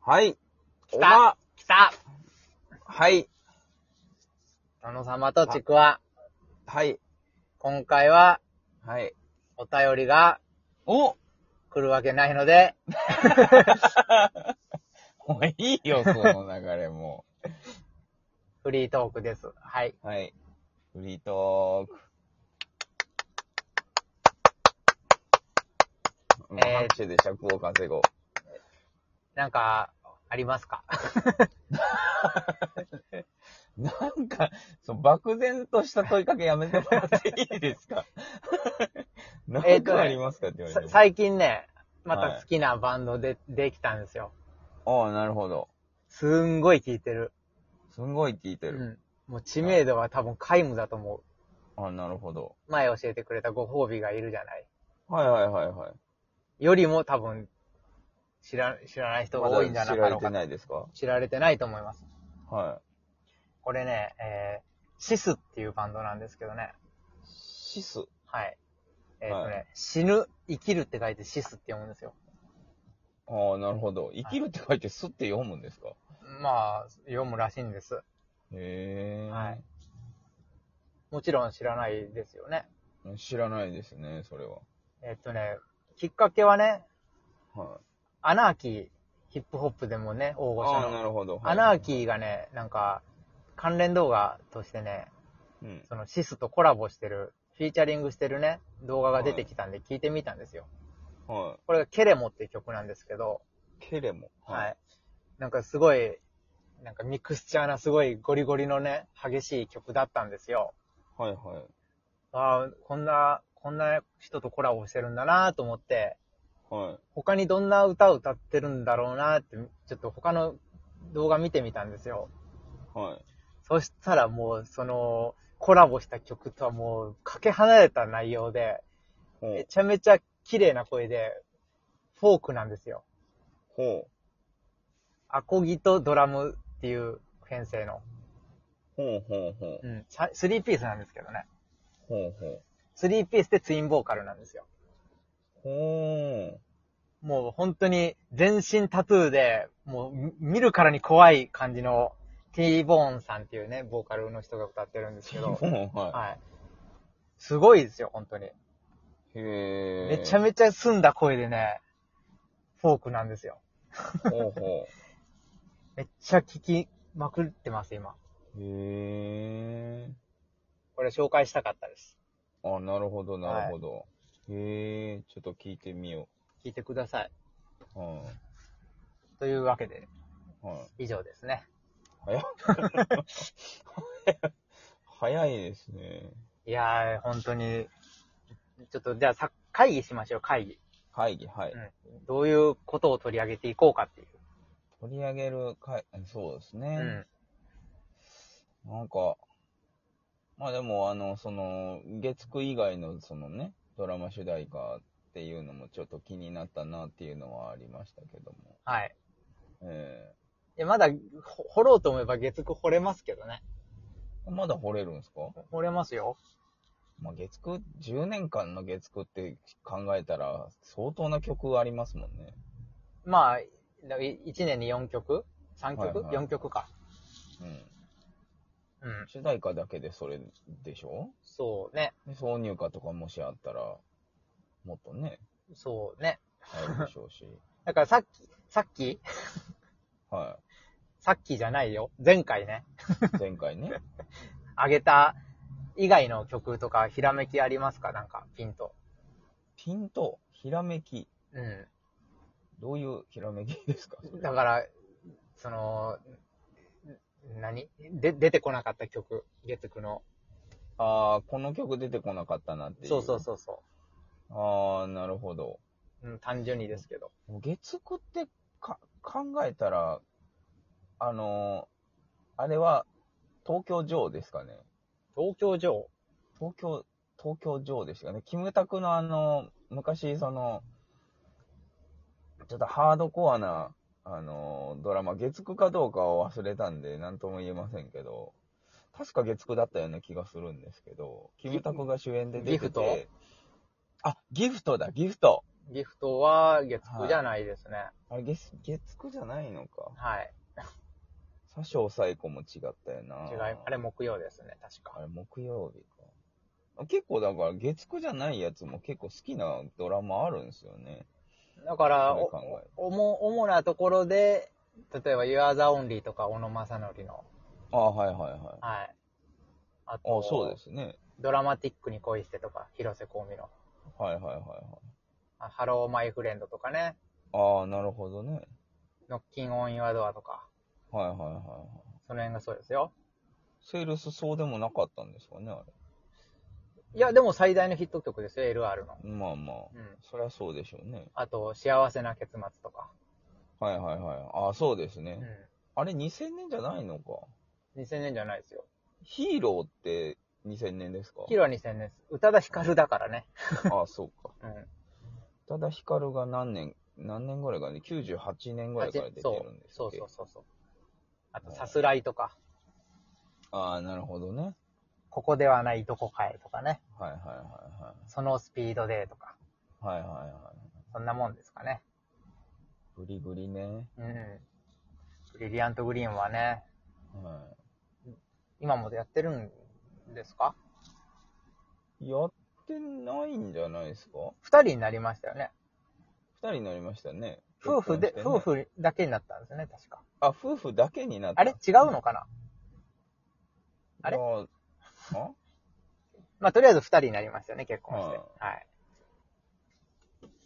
はい。来おたま、来たはい。殿様とちくわ。はい。今回は、はい。お便りがお来るわけないので、もういいよ、その流れもフリートークです。はい。はい。う。フリートーク。ええー拍手で尺を稼ごう。なんか、ありますかなんか、その漠然とした問いかけやめてもらっていいですか なんかありますかって言わされても。最近ね、また好きなバンドで、できたんですよ。ああ、なるほど。すんごい聴いてる。すんごい聞いてうる。ん。もう知名度は多分皆無だと思ああ、なるほど。う。前教えてくれたご褒美がいるじゃない。はいはいはいはい。よりも多分、知ら、知らない人が多いんじゃなまだ知からろれうかてと。ないですか知られてないと思います。はこれね、えー、シスっていうバンドなんですけどね。い。シス。はい。えっ、とね、は死ぬ、生きるって書いてシスって読むんですよ。ああ、なるほど。生きるって書いてすって読むんですかまあ、読むらしいんです。へえ。はいもちろん知らないですよね。知らないですね、それは。えっ、とね、きっかけはね、はい。アナーキー、ヒップホップでもね、大御所ああ、なの。るほど。はいアナーキーがね、なんか、関連動画としてね、うん。そのシスとコラボしてる、フィーチャリングしてるね、動画が出てきたんで聞いてみたんですよ。はい。これがケレモっていう曲なんですけど、ケレモ。はい。。なんかすごい、なんかミクスチャーなすごいゴリゴリのね、激しい曲だったんですよ。はいはい。ああ、こんな、こんな人とコラボしてるんだなと思って、はい。他にどんな歌を歌ってるんだろうなって、ちょっと他の動画見てみたんですよ。はい。そしたらもう、その、コラボした曲とはもう、かけ離れた内容で、ほめう。ちゃめちゃ綺麗な声で、フォークなんですよ。ほう。アコギとドラムっていう編成の。ほうほうほうう。ん。さ3ピースなんですけどね。ほうほう。 3ピースでツインボーカルなんですよ。ほう。もう本当に全身タトゥーで、もうみ見るからに怖い感じの T ボーンさんっていうね、ボーカルの人が歌ってるんですけど、ははい。すごいですよ、本当に。い。へえ。めちゃめめちゃ澄んだ声でね、フォークなんですよ。ちゃ。ほうほめっちゃ聴きまくってます、今。う。へえ。これ紹介したかったです。あ、なるほど、なるほど。へえ、ちょっと聞いてみよ聴いてください。う。はというわけで、い。はい。以上ですね。早っ早いですね。いやー、本当に、ちょっとじゃあさ会議しましょう、会議。会議、はい。うん。どういうことを取り上げていこうかっていう。取り上げる会、そうですね。うん。なんか、まあでも、あの、その、月9以外の、そのね、ドラマ主題歌っていうのもちょっと気になったなっていうのはありましたけども。はい。えいや、まだ、ほ掘ろうと思えば月9掘れますけどね。えまだ掘れるんですか掘れますよ。まあ月9、10年間の月9って考えたら、相当な曲ありますもんね。まあ、1年に4曲 ?3 曲、はいはい ?4 曲か。うん。うん。主題歌だけでそれでしょそうね。で挿入歌とかもしあったら、もっとね、そうね。あるでしょうし。だからさっき、さっきはさっきじゃないよ。前回ね、い。前回ね。あげた以外の曲とか、ひらめきありますかなんか、ピンと。ピンと、ひらめき。うどういうひらめきですかん。だから、その、ん何で、出てこなかった曲。月9の。ああ、この曲出てこなかったなっていう。そうそうそうそああ、なるほど。う。うん、単純にですけど。月9ってか考えたら、あのーあれは東京城ですかね。東京城東京、東京城ですかね。キムタクのあの、昔その、ちょっとハードコアな、あのードラマ、月9かどうかは忘れたんで、なんとも言えませんけど、確か月9だったような気がするんですけど、キムタクが主演で出てて、ギフトあ、ギフトだ、ギフト。ギフトは月9じゃないですね。あれ、月、月9じゃないのか。はい。佐生最子も違ったよな。違い、あれ木曜ですね、確あか。れ、木曜日か。結構だから、月9じゃないやつも結構好きなドラマあるんですよね。だから、それお考えるおも主なところで、例えば You are the only とか小野正則の、ああはいはいはい。あはい。あと、あそうですね。ドラマティックに恋してとか、広瀬香美の、はいはいはいはい。あハローマイフレンドとかね、ああ、なるほどね。ノッキンオンユアドアとか、はいはいはいはい。その辺がそうですよ。セールスそうでもなかったんですかね、あいや、でも最大のヒット曲ですよ、LR の。れ。まあまあ。うん。そりゃそうでしょうね。あと、幸せな結末とか。はいはいはい。ああ、そうですね。うあれ2000年じゃないのか。ん。2000年じゃないですよ。ヒーローって2000年ですかヒロは2000年です。宇多田ヒカルだからね。ああ、そうか。うん。ただヒカルが何年、何年ぐらいかね、98年ぐらいから出てるんですそうそそうそうそう。あと、さすらいとか、う。ああ、なるほどね。ここではないどこかへとかね、はいはいはそのスピードでとか、いはい。はいはいはい。そんなもんですかね。グリグリね。うんうん。ブリリアントグリーンはね、は今もやってるんですかい。やってないんじゃないですか二人になりましたよね。二人になりましたね。夫婦で、結夫婚してね。婦だけになったんですよね、確か。あ、夫婦だけになった。あれ違うのかなあれああまあ、とりあえず二人になりましたよね、結婚して。ははい。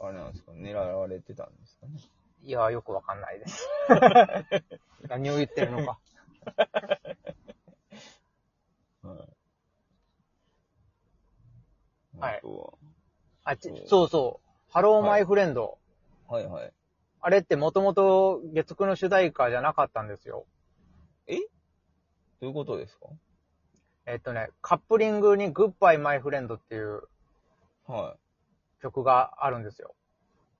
あれなんですか狙われてたんですかね。いや、よくわかんない です。何を言ってるのか。はい。はいあとあ、ちそうそうそう。ハローマイフレンド。は。はいはい。あれってもともと月9の主題歌じゃなかったんですよ。どういうことですかえっとね、カップリングにグッバイマイフレンドっていうはい。曲があるんですよ。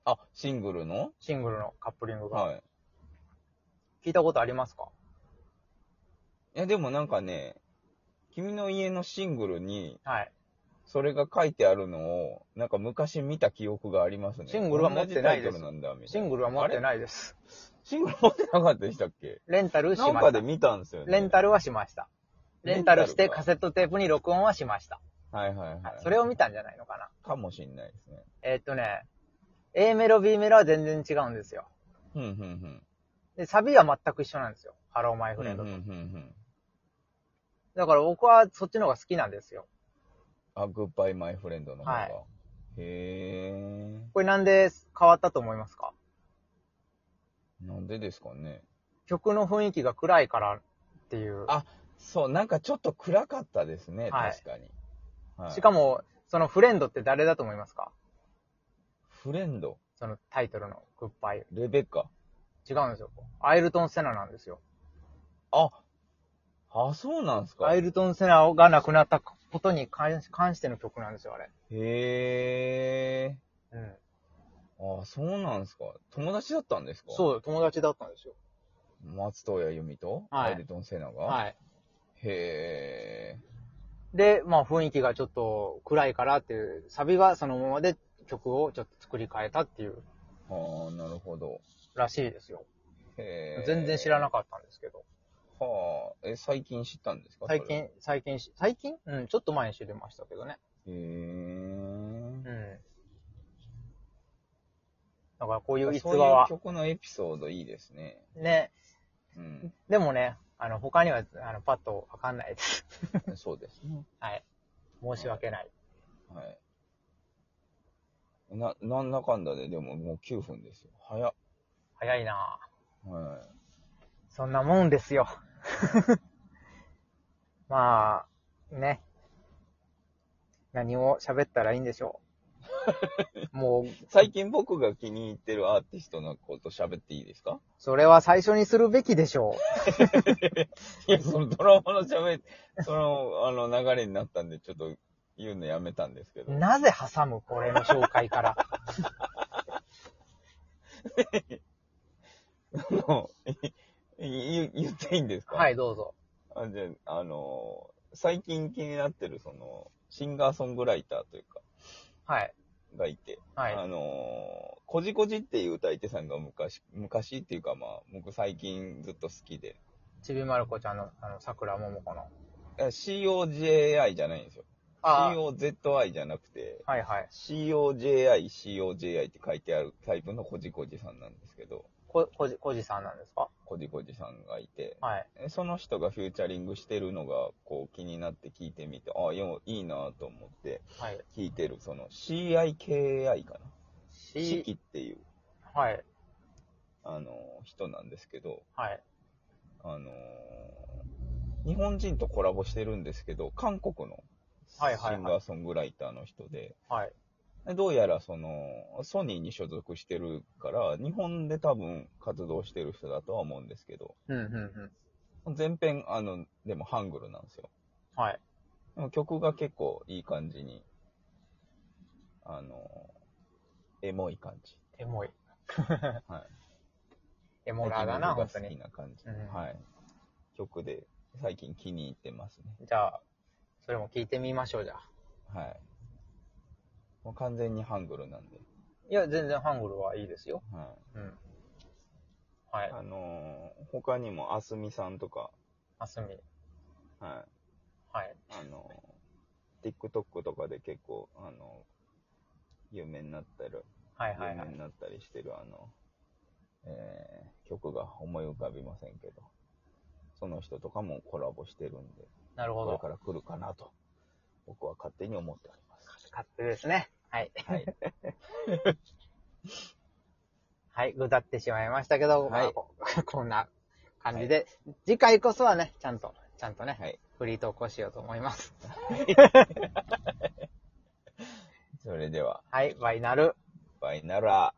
あ、シングルのシングルのカップリングが。はい。聞いたことありますかいや、でもなんかね、君の家のシングルに、はい。それが書いてあるのを、なんか昔見た記憶がありますね。シングルは持ってないで同すじタイトルなんだ、みたいな。シングルは持ってい。ないです。シングル持ってなかったでしたっ けレンタルしなんまかしでた。見たんですよね。レンタルはしました。レンタルしてレンタルかカセットテープに録音はしました。はいはいはいはい。それを見たんじゃないのかな。かもしんないですね。えっとね、A メロ、B メロは全然違うんですよ。ふんふんふん。で、サビは全く一緒なんですよ。ハローマイフレンドふと。んふんふんふん。だから僕はそっちの方が好きなんですよ。あ、グッバイマイフレンドの方が。はいへえ。これなんで変わったと思いますかなんでですかね。曲の雰囲気が暗いからっていう。あそう、なんかちょっと暗かったですね、はい確かに。はいしか、も、そのフレンドって誰だと思いますかフレンド、そのタイトルのグッバイ。レベッカ。違うんですよ。アイルトン・セナなんですよ。あ、あ、そうなんすか。アイルトン・セナが亡くなったことに関関しての曲なんですよ、あれ。へえ。うん。あ、そうなんすか。友達だったんですかう。そうよ、友達だったんですよ。松任谷由実と、はアいイルトン・セナが。はい。へえ。で、まあ雰囲気がちょっと暗いからっていう、サビがそのままで曲をちょっと作り変えたっていうはあ、なるほど。らしいですよ。へえ。全然知らななかったんですけど。はあ、え、最近知ったんですか最。近、最近し、最近うん、ちょっと前に知りましたけどね。それへえう。ん。だからこういう逸そう話いうは、曲のエピソードいいですね。ね、うん。 でもね、あの、他には、あの、パッとわかんない です。そうですね。はい。申し訳ない。はい。な、なんだかんだで、でももう9分ですよ。早っ。早いなぁはそんなもんですよ。 まあ、ね。何を喋ったらいいんでしょ う。もい。う、最近僕が気に入ってるアーティストのこと喋っていいですかそれは最初にするべきでしょいや、そのドラマの喋、その、あの流れになったんで、ちょっと言うのやめたんですけど。う。なぜ挟むこれの紹介 から。あのい言言っていいんですか。はいい、どうぞ。あじゃあ、あの、最近気になってる、その、シンガーソングライターというか、はい。がいて、はい。あのー、こじこじっていう歌い手さんが昔、昔っていうかまあ、僕最近ずっと好きで、ちびまる子ちゃんの、あの、桜ももこの。え COJI じゃないんですよ。あ COZI じゃなくて、あ、はいはい。 COJI、COJI って書いてあるタイプのこじこじさんなんですけど、こ、こじ、こじさんなんですかこじこじさんがいて、はい。えその人がフューチャリングしてるのが、こう気になって聞いてみて、あ、よいいなと思ってはい。聞いてる、その CIKI かな。四 C 季、っていう、はい。あの、人なんですけど、はい。あのー日本人とコラボしてるんですけど、韓国のシはいはいはいンガーソングライターの人で、はい。でどうやらその、ソニーに所属してるから、日本で多分活動してる人だとは思うんですけど、うん、うん、うん。全編、あの、でもハングルなんですよ。はい。でも曲が結構いい感じに、あのーエモい感じ。エモい。はい。エモラーだ最近な、本当僕が好きに。な感じ。うんはい。曲で、最近気に入ってますね。じゃあ、それも聞いてみましょう、じゃあ。はい。もう完全にハングルなんで。いや、全然ハングルはいいですよ。はうん。はいい。。あのー他にも、あすみさんとか、あすみ。ははい。い。あのー TikTok とかで結構、あのー有名になったり、はい有はいは名い。になったりしてる、あの、えー曲が思い浮かびませんけど、その人とかもコラボしてるんで、なるほこれどか。ら来るかなと、僕は勝手に思っております。勝手ですね。はい。はい。 はい、ぐだってしまいましたけど、はいまあこ こんな感じで、次回こそはね、ちゃんと、ちゃんとね、はい。フリートークをしようと思います。それでは、はい、バイナル。バイなら。